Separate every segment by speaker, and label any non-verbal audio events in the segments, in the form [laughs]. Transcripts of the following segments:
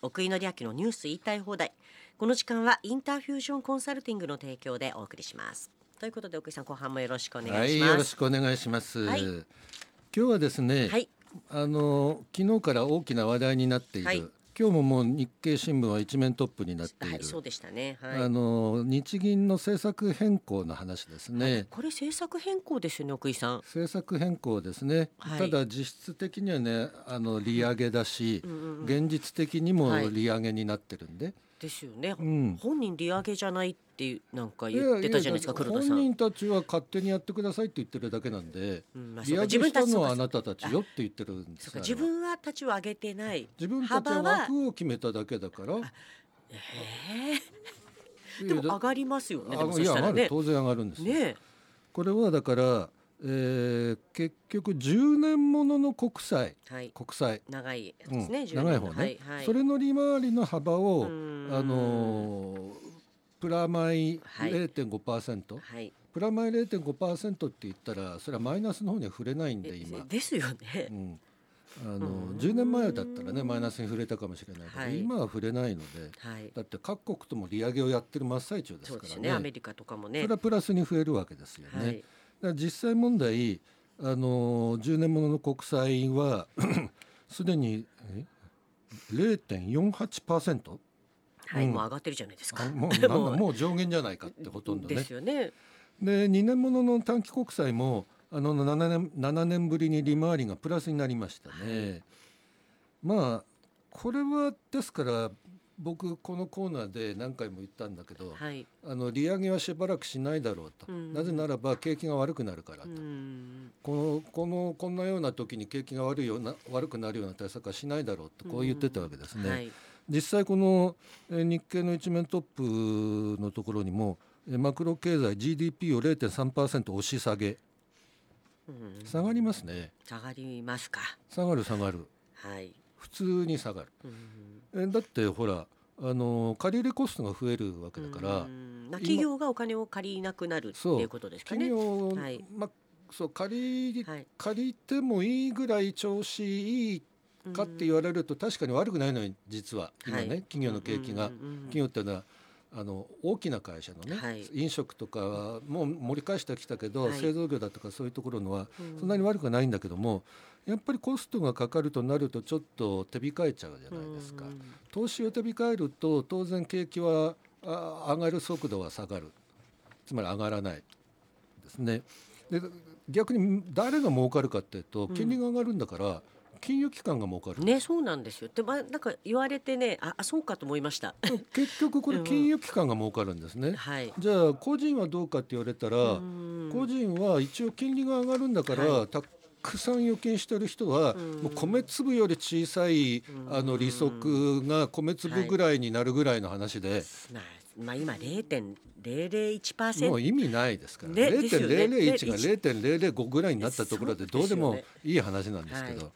Speaker 1: 奥井紀明のニュース言いたい放題この時間はインターフュージョンコンサルティングの提供でお送りしますということで奥井さん後半もよろしくお願
Speaker 2: はい
Speaker 1: し
Speaker 2: い、
Speaker 1: ます、
Speaker 2: よろしくお願いします。
Speaker 1: はい
Speaker 2: 今日はですね、
Speaker 1: はい
Speaker 2: あの昨日から大きな話題になっている、
Speaker 1: はい
Speaker 2: 今日ももう日経新聞は一面トップになっている、
Speaker 1: はい、そうでしたね
Speaker 2: あ
Speaker 1: は
Speaker 2: の日銀の政策変更の話です
Speaker 1: い、
Speaker 2: ね。
Speaker 1: あこれ政策変更ですよね奥井さん
Speaker 2: 政策変更ですね、
Speaker 1: はい
Speaker 2: ただ実質的にはねあの利上げだし、
Speaker 1: うんうんうん
Speaker 2: 現実的にも利上げになってるんで、
Speaker 1: ですよね、
Speaker 2: うん
Speaker 1: 本人利上げじゃないっていうなんか言ってたじゃないですか黒田さん
Speaker 2: 本人たちは勝手にやってくださいって言ってるだけなんで、
Speaker 1: うんまあ
Speaker 2: 利上げ
Speaker 1: そうか
Speaker 2: したのはあ
Speaker 1: 自分
Speaker 2: な
Speaker 1: たち
Speaker 2: たたちよって言ってるんで
Speaker 1: そ
Speaker 2: す
Speaker 1: う
Speaker 2: か
Speaker 1: から自分はたちを上げてない
Speaker 2: 自分たちは
Speaker 1: 幅は
Speaker 2: 枠を決めただけだから
Speaker 1: え
Speaker 2: い
Speaker 1: ー、
Speaker 2: や
Speaker 1: でも
Speaker 2: だ
Speaker 1: 上がりますよねでも
Speaker 2: あ
Speaker 1: そ
Speaker 2: い
Speaker 1: し
Speaker 2: や
Speaker 1: たら
Speaker 2: 上がる
Speaker 1: ね
Speaker 2: 当然上がるんですよ、
Speaker 1: ねえ
Speaker 2: これはだから、えー結局10年ものの国債
Speaker 1: はい
Speaker 2: 国債
Speaker 1: 長いやつ
Speaker 2: う
Speaker 1: で
Speaker 2: ん
Speaker 1: すね、10
Speaker 2: 長い方ね、
Speaker 1: はいはい、
Speaker 2: それの利回りの幅を
Speaker 1: うーん
Speaker 2: あのープラマイ
Speaker 1: はい
Speaker 2: 0.5%、
Speaker 1: はい
Speaker 2: プラマイ0.5%って言ったらそれはマイナスの方には触れないんで
Speaker 1: え
Speaker 2: 今、
Speaker 1: ですよね
Speaker 2: う、んあのー
Speaker 1: うん
Speaker 2: 10年前だったらねマイナスに触れたかもしれないけど、
Speaker 1: はい
Speaker 2: 今は触れないので
Speaker 1: はい
Speaker 2: だって各国とも利上げをやってる真っ最中で
Speaker 1: そう
Speaker 2: すか
Speaker 1: です
Speaker 2: ら
Speaker 1: よ
Speaker 2: ね
Speaker 1: ねアメリカとかも
Speaker 2: そ
Speaker 1: ね
Speaker 2: れはプラスに増えるわけですよね。
Speaker 1: はい
Speaker 2: だから実際問題あの10年ものの国債は [clears throat] すでにえ0.48%
Speaker 1: はい、
Speaker 2: うん
Speaker 1: もう上がってるじゃないですか
Speaker 2: あもうなん
Speaker 1: で
Speaker 2: だ
Speaker 1: [laughs] も
Speaker 2: もう上限じゃないかってほとんど
Speaker 1: で
Speaker 2: ね
Speaker 1: す。よね
Speaker 2: で2年ものの短期国債もあの7年 ,7 年ぶりに利回りがプラスになりましたね。まあこれはですから僕このコーナーで何回も言ったんだけど、
Speaker 1: はい
Speaker 2: あの利上げはしばらくしないだろうと、
Speaker 1: うん
Speaker 2: なぜならば景気が悪くなるから
Speaker 1: う
Speaker 2: と、
Speaker 1: ん
Speaker 2: このこのこんなような時に景気が悪いような悪くなるような対策はしないだろうとこう言ってたわけですね。
Speaker 1: はい
Speaker 2: 実際このえー日経の一面トップのところにもえーマクロ経済 GDP を0.3%押し下げ
Speaker 1: うん
Speaker 2: 下がりますね
Speaker 1: 下がりますか
Speaker 2: 下がる下がる
Speaker 1: はい、
Speaker 2: 普通に下がる
Speaker 1: うん
Speaker 2: えーだってほらあのー借り入れコストが増えるわけだから、
Speaker 1: うんまあ、企業がお金を借りなくなるって
Speaker 2: そう
Speaker 1: いうことですか
Speaker 2: 企
Speaker 1: ね
Speaker 2: 業、
Speaker 1: はい
Speaker 2: まそう借り
Speaker 1: はい
Speaker 2: 借りてもいいぐらい調子いいかって言われると確かに悪くないのに実は今ね、
Speaker 1: はい
Speaker 2: 企業の景気が、
Speaker 1: うんうんうんうん
Speaker 2: 企業っていうのはあの大きな会社のね、
Speaker 1: はい
Speaker 2: 飲食とかはもう盛り返してきたけど、
Speaker 1: はい
Speaker 2: 製造業だとかそういうところのは
Speaker 1: うん
Speaker 2: そんなに悪くはないんだけどもやっぱりコストがかかるとなるとちょっと手控えちゃうじゃないですか。
Speaker 1: うん
Speaker 2: 投資を手控えると当然景気はあ上がる速度は下がるつまり上がらないですねで逆に誰が儲かるかっていうと
Speaker 1: うん
Speaker 2: 金利が上がるんだから、金融機関が儲かる、
Speaker 1: ね、そうなんですよ。で、まあ、なんか言われてね、あ、あそうかと思いました。
Speaker 2: 結局これ
Speaker 1: うん
Speaker 2: 金融機関が儲かるんですね、
Speaker 1: はい。
Speaker 2: じゃあ個人はどうかって言われたら、
Speaker 1: うん
Speaker 2: 個人は一応金利が上がるんだから、
Speaker 1: は
Speaker 2: たくさん預金してる人は、
Speaker 1: うん
Speaker 2: もう米粒より小さい、
Speaker 1: ん
Speaker 2: あの利息が米粒ぐらいになるぐらいの話で、
Speaker 1: まあ、まあ、今零点零零一パーセント
Speaker 2: もう。意味ないですから、
Speaker 1: ねですよね
Speaker 2: 0.001が0.005ぐらいになったところ
Speaker 1: そう
Speaker 2: でど
Speaker 1: で
Speaker 2: う
Speaker 1: す
Speaker 2: で
Speaker 1: よね
Speaker 2: もいい話なんですけど、
Speaker 1: は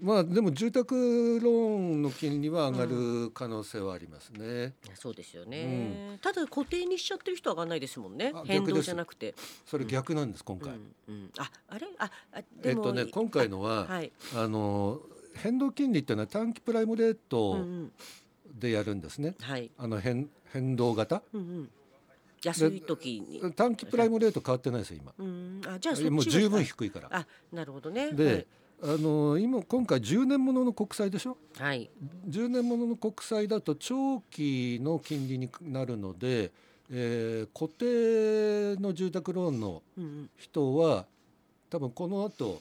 Speaker 2: まあでも住宅ローンの金利は上がる可能性はありますね、
Speaker 1: いやそうですよね、ただ固定にしちゃってる人は上がらないですもんね
Speaker 2: あ。
Speaker 1: 変
Speaker 2: 逆
Speaker 1: 動
Speaker 2: です
Speaker 1: じゃなくて。
Speaker 2: それ逆なんです今
Speaker 1: う
Speaker 2: 回、
Speaker 1: ん、うん、あ、あれ、あ、あ
Speaker 2: え
Speaker 1: で
Speaker 2: っ
Speaker 1: も、
Speaker 2: とね今回のは、
Speaker 1: はい。
Speaker 2: あの変動金利っていうのは短期プライム
Speaker 1: う
Speaker 2: レー
Speaker 1: ん、う
Speaker 2: ト
Speaker 1: ん、
Speaker 2: でやるんですね、
Speaker 1: はい。
Speaker 2: あの変変動型
Speaker 1: うん、うん。安い時に。
Speaker 2: 短期プライムレート変わってないですよ今
Speaker 1: うん、あ、じゃあ、そっちが
Speaker 2: もう十分低いから
Speaker 1: あ、なるほどね。
Speaker 2: で、あの今今回10年ものの国債でしょ
Speaker 1: はい、はい。
Speaker 2: 10年ものの国債だと長期の金利になるので、えー固定の住宅ローンの
Speaker 1: うん、うん。
Speaker 2: 人は多分この後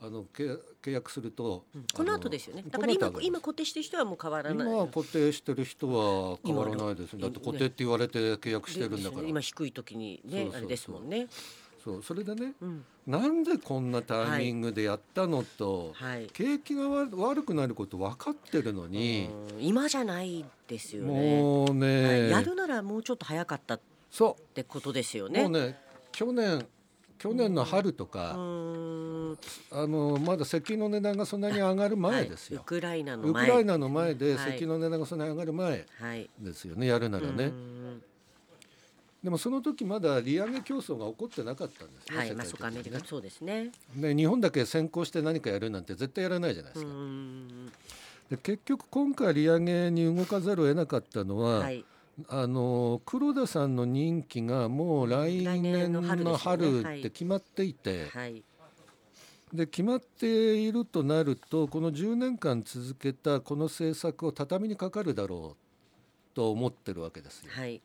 Speaker 2: あの契契約すると、
Speaker 1: うんこの後ですよね。だから
Speaker 2: この
Speaker 1: 今
Speaker 2: 後上がります
Speaker 1: 今固定してる人はもう変わらない。
Speaker 2: 今は固定してる人は変わらないです
Speaker 1: 今
Speaker 2: だって固定って言われて契約してるんだか
Speaker 1: ですよね
Speaker 2: ら
Speaker 1: 今低い時にね
Speaker 2: そうそうそう
Speaker 1: あれですもんね。
Speaker 2: そうそれでね
Speaker 1: うん、
Speaker 2: なんでこんなタイミングでやったのと、
Speaker 1: はい。
Speaker 2: 景気がわ悪くなること分かってるのに、
Speaker 1: うん今じゃないですよね。
Speaker 2: もう
Speaker 1: はい
Speaker 2: ね、
Speaker 1: やるならもうちょっと早かったっ
Speaker 2: そ
Speaker 1: てことですよ
Speaker 2: う、
Speaker 1: ね。
Speaker 2: もうね去年去年の春と
Speaker 1: う
Speaker 2: か、
Speaker 1: ーん
Speaker 2: あのまだ石油の値段がそんなに上がる前
Speaker 1: はい
Speaker 2: です
Speaker 1: ウ
Speaker 2: よ、
Speaker 1: クライナの
Speaker 2: ウク
Speaker 1: 前。
Speaker 2: ライナの前で
Speaker 1: は
Speaker 2: 石
Speaker 1: い
Speaker 2: 油の値段がそんなに上がる前
Speaker 1: はい。
Speaker 2: ですよねやるならね、
Speaker 1: うん
Speaker 2: でもその時まだ利上げ競争が起こってなかったんですね、
Speaker 1: はい。
Speaker 2: 世
Speaker 1: まあ
Speaker 2: 界
Speaker 1: そっ
Speaker 2: 的
Speaker 1: かアメリ
Speaker 2: に
Speaker 1: カ
Speaker 2: ね
Speaker 1: そうですね。
Speaker 2: ね、日本だけ先行して何かやるなんて絶対やらないじゃないで
Speaker 1: う
Speaker 2: すか、
Speaker 1: ん
Speaker 2: で結局今回利上げに動かざるを得なかったのは、
Speaker 1: はい、
Speaker 2: あの黒田さんの任期がもう来
Speaker 1: 来年
Speaker 2: 年
Speaker 1: の春ですよね
Speaker 2: の春
Speaker 1: はい
Speaker 2: って決まっていて、
Speaker 1: はい、
Speaker 2: で決まっているとなるとこの10年間続けたこの政策を畳にかかるだろうと思ってるわけですよ。
Speaker 1: はい、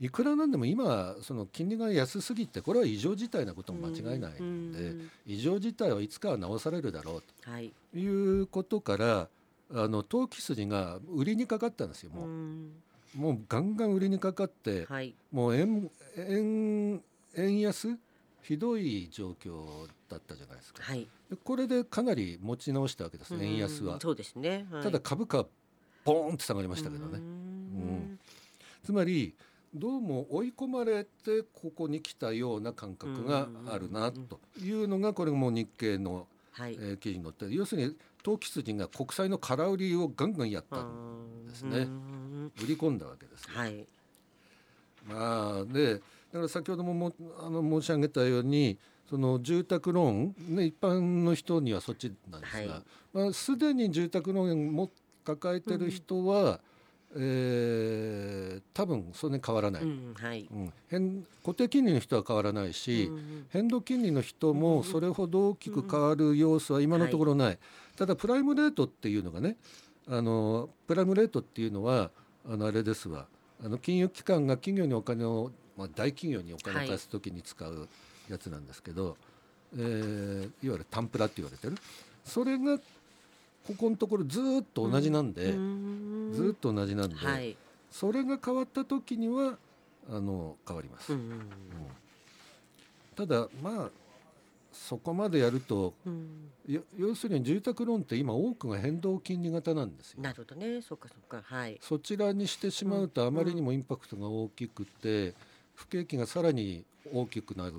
Speaker 2: いくらなんでも今その金利が安すぎてこれは異常事態なことも間違いない
Speaker 1: うん
Speaker 2: で、
Speaker 1: ん
Speaker 2: 異常事態はいつかは直されるだろう
Speaker 1: はい、
Speaker 2: ということからあの投機筋が売りにかかったんですよもう,、
Speaker 1: ん
Speaker 2: もうガンガン売りにかかって、
Speaker 1: はい、
Speaker 2: もう円円円安ひどい状況だったじゃないですか。
Speaker 1: はい、
Speaker 2: でこれでかなり持ち直したわけですね円安
Speaker 1: う
Speaker 2: は
Speaker 1: ん。そうですね。はい
Speaker 2: ただ株価ポーンって下がりましたけどね
Speaker 1: う。ん
Speaker 2: んつまりどうも追い込まれてここに来たような感覚があるなというのがこれも日経の、
Speaker 1: は
Speaker 2: え
Speaker 1: い、
Speaker 2: ー記事に載ってる要するに投機筋が国債の空売りをガンガンやった売ですね
Speaker 1: うん
Speaker 2: り込んだわけですね、
Speaker 1: はい、
Speaker 2: まあでだから先ほどももあの申し上げたようにその住宅ローン、ね、一般の人にはそっちなんですが、
Speaker 1: はい
Speaker 2: まあ、すでに住宅ローンも抱えてる人は、えー多分そんなに変わらない、
Speaker 1: うん、はい。
Speaker 2: うん、変固定金利の人は変わらないし、
Speaker 1: うん
Speaker 2: 変動金利の人
Speaker 1: うん
Speaker 2: もそれほど大きく変わる要素は今のところない、ただプライムレートっていうのがねあのプライムレートっていうのはあのあれですわあの金融機関が企業にお金を、まあ、大企業にお金を貸すときに使うやつなんですけど、いえーいわゆるタンプラって言われてるそれがここのところずーっと同じなんで、
Speaker 1: うん
Speaker 2: ずーっと同じなんで、
Speaker 1: はい、
Speaker 2: それが変わった時にはあの変わります。
Speaker 1: うん
Speaker 2: ただまあそこまでやると
Speaker 1: うん
Speaker 2: よ要するに住宅ローンって今多くが変動金利型なんですよ
Speaker 1: なるほどね、そっかそっか、はい。
Speaker 2: そちらにしてしまうとあまりにもインパクトが大きくて不景気がさらに大きくなる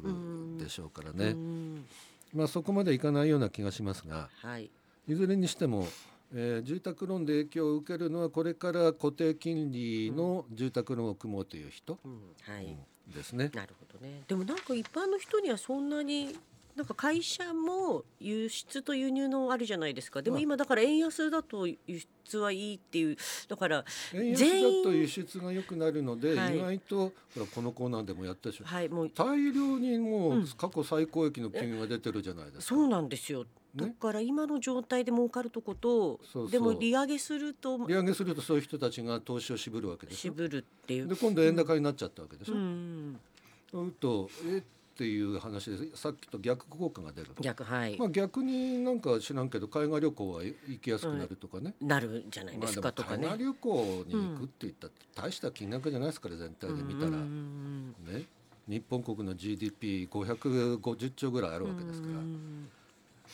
Speaker 2: でしょうからね、
Speaker 1: うん
Speaker 2: まあ、そこまでいかないような気がしますが
Speaker 1: はい、
Speaker 2: いずれにしても、えー住宅ローンで影響を受けるのはこれから固定金利の住宅ローンを組もうという人、
Speaker 1: うん、はい。
Speaker 2: うんですね。
Speaker 1: なるほどね。でもなんか一般の人にはそんなに。なんか会社も輸出と輸入のあるじゃないですか。でも
Speaker 2: まあ
Speaker 1: 今だから円安だと輸出はいいっていう。だから、
Speaker 2: 円安
Speaker 1: 全員
Speaker 2: だと輸出が良くなるので、
Speaker 1: はい
Speaker 2: 意外とほらこのコーナーでもやったでしょ
Speaker 1: はい、もう。
Speaker 2: 大量にも
Speaker 1: うん
Speaker 2: う過去最高益の金融が出てるじゃないですか。
Speaker 1: そうなんですよ。だ
Speaker 2: ね
Speaker 1: から今の状態で儲かるとこと、
Speaker 2: そうそう
Speaker 1: でも利上げすると
Speaker 2: 利上げするとそういう人たちが投資を渋るわけでしょ
Speaker 1: 渋るっていう。
Speaker 2: で今度円高になっちゃったわけでし
Speaker 1: う
Speaker 2: ょ、
Speaker 1: ん、
Speaker 2: そういうとえっていう話でさっきと逆効果が出る、
Speaker 1: 逆はい、
Speaker 2: まあ、逆になんか知らんけど海外旅行は行きやすくなるとかね、
Speaker 1: なるんじゃないで
Speaker 2: まあ
Speaker 1: す
Speaker 2: で
Speaker 1: か
Speaker 2: も
Speaker 1: とか
Speaker 2: 海
Speaker 1: ね。
Speaker 2: 外旅行に行くって言ったって大した金額じゃないですから全体で見た
Speaker 1: う
Speaker 2: ら、
Speaker 1: んうん
Speaker 2: ね日本国の GDP550 兆ぐらいある
Speaker 1: うん
Speaker 2: わけですから
Speaker 1: う、ん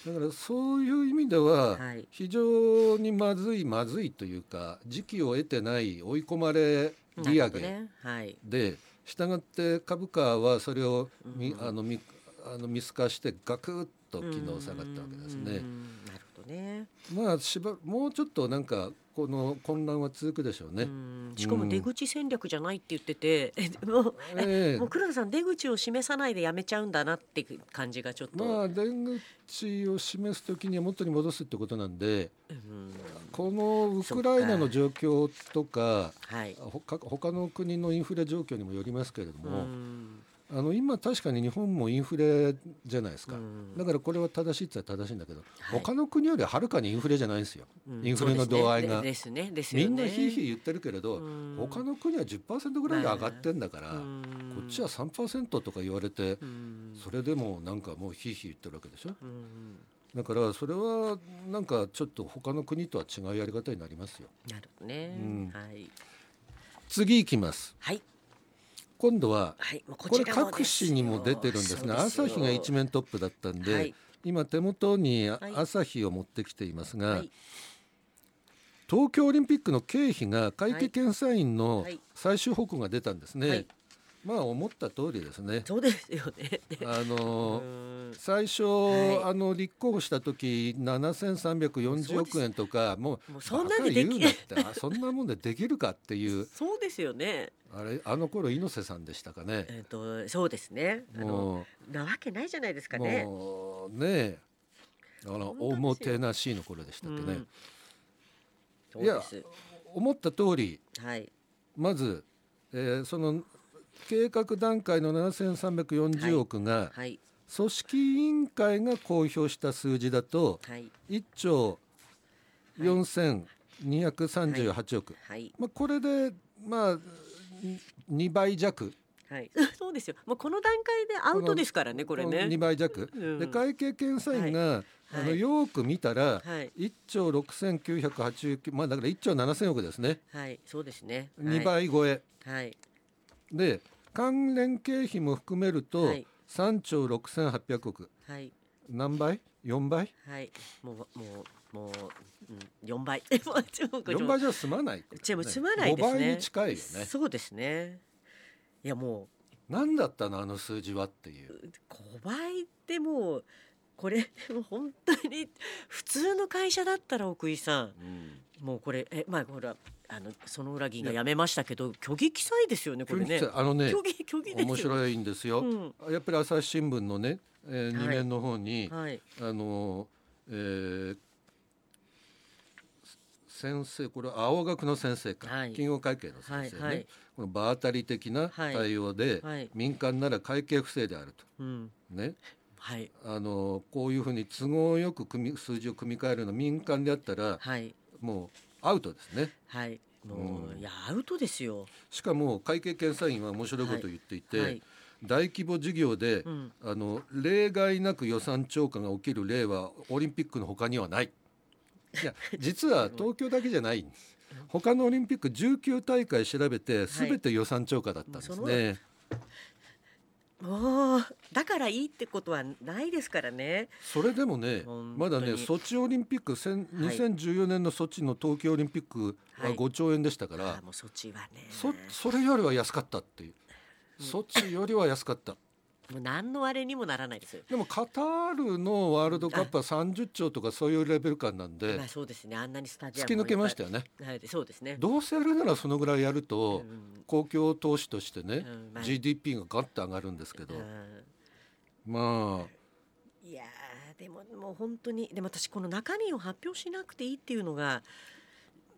Speaker 2: だからそういう意味では
Speaker 1: はい
Speaker 2: 非常にまずいまずいというか時期を得てない追い込まれ利
Speaker 1: な
Speaker 2: 上
Speaker 1: るほど
Speaker 2: げ
Speaker 1: ね、はい。
Speaker 2: でしたがって株価はそれをみ
Speaker 1: うん
Speaker 2: あのみあの見透かしてガクッと昨日下がったわけです
Speaker 1: うんうんう
Speaker 2: ね。
Speaker 1: んなるほどね。
Speaker 2: まあしばもうちょっとなんかこの混乱は続くでしょう
Speaker 1: う
Speaker 2: ね。
Speaker 1: んしかも出口戦略じゃないって言ってて、えもうえ [laughs]
Speaker 2: ええ
Speaker 1: もう黒田さん出口を示さないでやめちゃうんだなって感じがちょっと、
Speaker 2: まあ出口を示すときには元に戻すってことなんで
Speaker 1: うん
Speaker 2: このウクライナの状況とか
Speaker 1: はい。
Speaker 2: ほか他の国のインフレ状況にもよりますけれど
Speaker 1: う
Speaker 2: も、
Speaker 1: ん
Speaker 2: あの今確かに日本もインフレじゃないですか、
Speaker 1: うん
Speaker 2: だからこれは正しいって言ったら正しいんだけど、
Speaker 1: はい
Speaker 2: 他の国よりはるかにインフレじゃないんですよ
Speaker 1: うん
Speaker 2: インフレの度合いが
Speaker 1: そうですねでですねですよ
Speaker 2: み
Speaker 1: ね。
Speaker 2: んなひいひい言ってるけれど、
Speaker 1: うん
Speaker 2: 他の国は10%ぐらい上がってんだから、こっちは
Speaker 1: そ
Speaker 2: 3%とか言われて、
Speaker 1: うん
Speaker 2: それでもなんかもうひいひい言ってるわけでしょ
Speaker 1: うん
Speaker 2: だからそれはなんかちょっと他の国とは違うやり方になりますよ
Speaker 1: なるほどね、
Speaker 2: うん
Speaker 1: はい
Speaker 2: 次行きます
Speaker 1: はい
Speaker 2: 今度は
Speaker 1: はいもうこ
Speaker 2: こ
Speaker 1: ち
Speaker 2: れ
Speaker 1: らも
Speaker 2: 各紙にも出てるんです
Speaker 1: そ
Speaker 2: ね
Speaker 1: う
Speaker 2: 朝
Speaker 1: ですよ
Speaker 2: 日が一面トップだったんで、
Speaker 1: はい
Speaker 2: 今手元にあ
Speaker 1: はい
Speaker 2: 朝日を持ってきていますが、
Speaker 1: はい
Speaker 2: 東京オリンピックの経費が会計検査院の
Speaker 1: はい
Speaker 2: 最終報告が出たんですね、
Speaker 1: はい
Speaker 2: まあ思った通りです
Speaker 1: [laughs]
Speaker 2: ね
Speaker 1: そうですよね。
Speaker 2: あの
Speaker 1: う
Speaker 2: ー
Speaker 1: ん
Speaker 2: 最初、
Speaker 1: はい
Speaker 2: あの立候補した時7340億円とかもう
Speaker 1: もうそんなにでき
Speaker 2: バカ言うなってあそんなもんでできるかっていう
Speaker 1: そうですよね。
Speaker 2: あれあの頃猪瀬さんでしたかね
Speaker 1: [laughs] えっ、とそうですね。あの
Speaker 2: もう
Speaker 1: なわけないじゃないですかね。
Speaker 2: もうねあ
Speaker 1: 本当で
Speaker 2: の
Speaker 1: すよ
Speaker 2: おもてなしの頃でしたっけ
Speaker 1: う
Speaker 2: ね、
Speaker 1: んそうです。
Speaker 2: 思った通り
Speaker 1: はい。
Speaker 2: まず、えーその計画段階の7340億が、
Speaker 1: はい。
Speaker 2: 組織委員会が公表した数字だと
Speaker 1: はい。
Speaker 2: 1兆4238億、
Speaker 1: はい。
Speaker 2: まあ、これでまあ2倍弱
Speaker 1: はい。 [laughs] そうですよ。もうこの段階でアウトですからね、これね。
Speaker 2: 2倍弱、
Speaker 1: うん
Speaker 2: で会計検査院が、あ
Speaker 1: は
Speaker 2: の
Speaker 1: い
Speaker 2: よーく見たら、
Speaker 1: はい。
Speaker 2: 1兆6989まあだから1兆7000億ですね
Speaker 1: はい。そうですね。
Speaker 2: 2倍超え、
Speaker 1: はい。
Speaker 2: で関連経費も含めると
Speaker 1: はい
Speaker 2: 3兆6800億
Speaker 1: はい。
Speaker 2: 何倍 ?4 倍
Speaker 1: はい。もう、もう、もう、うん、四倍。 [laughs] もうちょっとこれ
Speaker 2: ?4 倍じゃ済まない、
Speaker 1: じゃあもう済まないですね。
Speaker 2: 5倍に近いよね
Speaker 1: そうですね。いや、もう。
Speaker 2: 何だったのあの数字はっていう
Speaker 1: 5倍でもうこれもう本当に普通の会社だったら奥井さんもうこれえまあほらあのその裏議員が辞めましたけど虚偽記載ですよねこれね
Speaker 2: 虚偽あのね
Speaker 1: 虚偽虚偽ですよ
Speaker 2: 面白いんですよ、
Speaker 1: うん
Speaker 2: やっぱり朝日新聞のね、えー、
Speaker 1: はい
Speaker 2: 2面の方に、
Speaker 1: はい
Speaker 2: あのえー先生これは青学の先生か、
Speaker 1: はい
Speaker 2: 金融会計の先生ね、
Speaker 1: はいはい
Speaker 2: この場当たり的な対応で、
Speaker 1: はいはい
Speaker 2: 民間なら会計不正であると
Speaker 1: うん
Speaker 2: ね
Speaker 1: はい
Speaker 2: あのこういうふうに都合よく組み数字を組み替えるの民間であったら
Speaker 1: はい
Speaker 2: もうアウトですね
Speaker 1: はいもう、
Speaker 2: うん
Speaker 1: いやアウトですよ
Speaker 2: しかも会計検査院は面白いことを言っていて、
Speaker 1: はいはい
Speaker 2: 大規模事業で、
Speaker 1: うん
Speaker 2: あの例外なく予算超過が起きる例はオリンピックの他にはない。
Speaker 1: [laughs]
Speaker 2: いや実は東京だけじゃないんです。他のオリンピック19大会調べて全て予算超過だったんです
Speaker 1: もうそ
Speaker 2: ね。
Speaker 1: もうだからいいってことはないですからね
Speaker 2: それでもね
Speaker 1: 本
Speaker 2: まだ
Speaker 1: 当
Speaker 2: ね
Speaker 1: に
Speaker 2: ソチオリンピックせん
Speaker 1: はい
Speaker 2: 2014年のソチの東京オリンピック
Speaker 1: は
Speaker 2: は
Speaker 1: い
Speaker 2: 5兆円でしたから、
Speaker 1: あーもうそっちはね
Speaker 2: そそれよりは安かったっていう、ソチよりは安かった。
Speaker 1: もう何のあれにもならないですよ
Speaker 2: でもカタールのワールドカップは30兆とかそういうレベル感なんで
Speaker 1: まあそうですねあんなにスタジア
Speaker 2: 突
Speaker 1: ム
Speaker 2: き抜けました
Speaker 1: よ
Speaker 2: よね。
Speaker 1: はいそうですね
Speaker 2: どうせやるならそのぐらいやると
Speaker 1: うん
Speaker 2: 公共投資としてね
Speaker 1: うんまあ
Speaker 2: GDP がガッと上がるんですけど
Speaker 1: う
Speaker 2: まあ
Speaker 1: んいやーでももう本当にでも私この中身を発表しなくていいっていうのが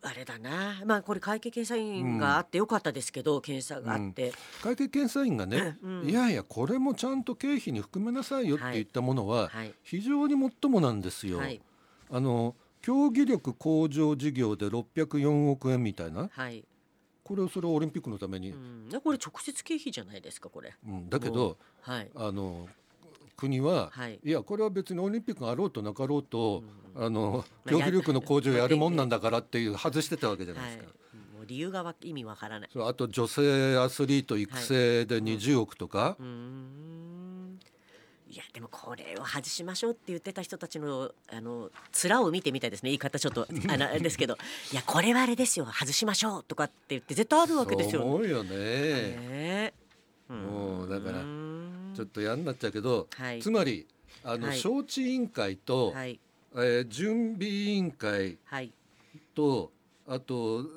Speaker 1: あれだなまあこれ会計検査院があってよかったですけど、検査があって、
Speaker 2: 会計検査院がね
Speaker 1: うん
Speaker 2: いやいやこれもちゃんと経費に含めなさいよって
Speaker 1: はい
Speaker 2: 言ったものは
Speaker 1: はい
Speaker 2: 非常にもっともなんですよ。
Speaker 1: はい
Speaker 2: あの競技力向上事業で604億円みたいな
Speaker 1: はい、
Speaker 2: これをそれをオリンピックのために、
Speaker 1: うん、これ直接経費じゃないですかこれ
Speaker 2: うん、だけ
Speaker 1: も
Speaker 2: ど
Speaker 1: うはい
Speaker 2: あの国は、
Speaker 1: はい
Speaker 2: い、やこれは別にオリンピックがあろうとなかろうと、あの
Speaker 1: まあ
Speaker 2: 競
Speaker 1: や
Speaker 2: 技力の向上やるもんなんだからっていう外してたわけじゃないですか。
Speaker 1: はい、もう理由がわ意味わからない
Speaker 2: それあと女性アスリート育成で20億とか、
Speaker 1: うーんいやでもこれを外しましょうって言ってた人たちのあの面を見てみたいですね言い方ちょっと
Speaker 2: [laughs]
Speaker 1: あのあれですけどいやこれはあれですよ外しましょうとかって言って絶対あるわけです
Speaker 2: そう
Speaker 1: よ
Speaker 2: 思うよね。
Speaker 1: ね。ねえ
Speaker 2: もうだから
Speaker 1: ーん
Speaker 2: ちょっと嫌になっちゃうけど、
Speaker 1: はい
Speaker 2: つまりあの、
Speaker 1: はい
Speaker 2: 招致委員会と、
Speaker 1: はい
Speaker 2: えー準備委員会
Speaker 1: はい
Speaker 2: とあと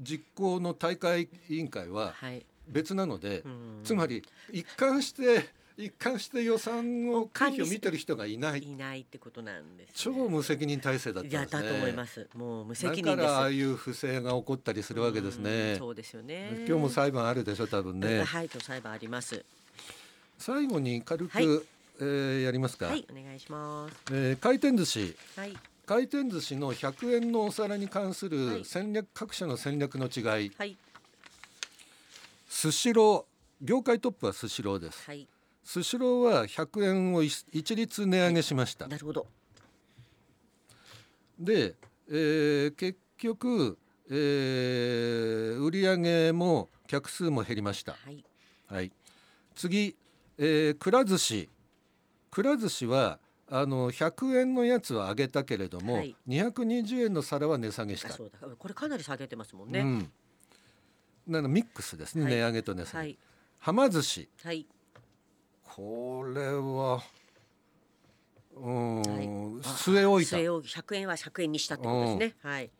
Speaker 2: 実行の大会委員会は
Speaker 1: はい
Speaker 2: 別なので、
Speaker 1: ん
Speaker 2: つまり一貫して一貫して予算を経費を見てる人がいない
Speaker 1: いないってことなんです、
Speaker 2: 超
Speaker 1: ね。
Speaker 2: 無責任体制だったん
Speaker 1: い
Speaker 2: です
Speaker 1: や
Speaker 2: ね
Speaker 1: だと思います。もう無責
Speaker 2: だ
Speaker 1: 任
Speaker 2: か
Speaker 1: です。
Speaker 2: らああいう不正が起こったりするわけです
Speaker 1: うん
Speaker 2: ね
Speaker 1: そうですよね。
Speaker 2: 今日も裁判あるでしょ多分ね
Speaker 1: はいと裁判あります。
Speaker 2: 最後に軽く、
Speaker 1: はい
Speaker 2: えーやりますか、
Speaker 1: はいお願いします。
Speaker 2: えー回転寿司
Speaker 1: はい
Speaker 2: 回転寿司の100円のお皿に関す
Speaker 1: は
Speaker 2: る
Speaker 1: い
Speaker 2: 戦略、各社の戦略の違い
Speaker 1: はい
Speaker 2: スシロー業界トップはスシローです
Speaker 1: はい
Speaker 2: スシローは100円を一一律値上げしました、
Speaker 1: なるほど。
Speaker 2: で、えー結局、えー売り上げも客数も減りました、
Speaker 1: はい
Speaker 2: はい、次、えー、くら寿司くら寿司はあの100円のやつは上げたけれども、
Speaker 1: はい
Speaker 2: 220円の皿は値下げし
Speaker 1: あ
Speaker 2: た
Speaker 1: そうだこれかなり下げてますもん
Speaker 2: う
Speaker 1: ね。
Speaker 2: ん、なのミックスですね、
Speaker 1: はい
Speaker 2: 値上げと値下げ、
Speaker 1: はい
Speaker 2: はま寿司
Speaker 1: はい
Speaker 2: これはうーん、
Speaker 1: はい。
Speaker 2: 据え置いた
Speaker 1: 据え置き100円は100円にしたってことですね。はい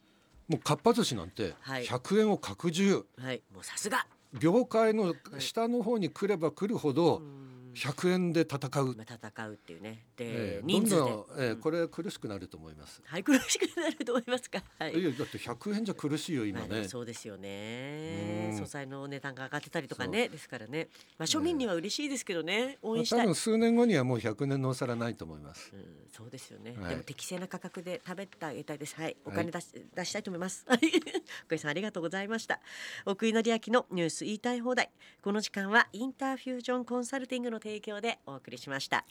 Speaker 2: もうかっぱ寿司なんて
Speaker 1: はい
Speaker 2: 100円を拡充、
Speaker 1: はいもうさすが。
Speaker 2: 業界の下の方に来れば来るほど、
Speaker 1: うん
Speaker 2: 100円で戦う、
Speaker 1: まあ戦うっていうねで
Speaker 2: ええ
Speaker 1: 人数で
Speaker 2: どんどん、ええ
Speaker 1: うん
Speaker 2: これは苦しくなると思います。
Speaker 1: はい苦しくなると思いますかはい
Speaker 2: いやだって100円じゃ苦しいよ今
Speaker 1: まあで
Speaker 2: ね
Speaker 1: も。そうですよ
Speaker 2: う
Speaker 1: ね
Speaker 2: ん
Speaker 1: 総裁の値段が上がってたりとかねですからねまあ庶民には嬉しいですけどね応
Speaker 2: まあ
Speaker 1: 援し
Speaker 2: 多
Speaker 1: たい
Speaker 2: 分数年後にはもう100年のお皿ないと思います。
Speaker 1: うん、そうですよね、
Speaker 2: はい
Speaker 1: でも適正な価格で食べてあげたいです。はい、お
Speaker 2: は
Speaker 1: 金
Speaker 2: い
Speaker 1: 出し、出したいと思います。 [laughs] はい福井さんありがとうございました。奥井紀明のニュース言いたい放題。この時間はインターフュージョンコンサルティングの提供でお送りしました。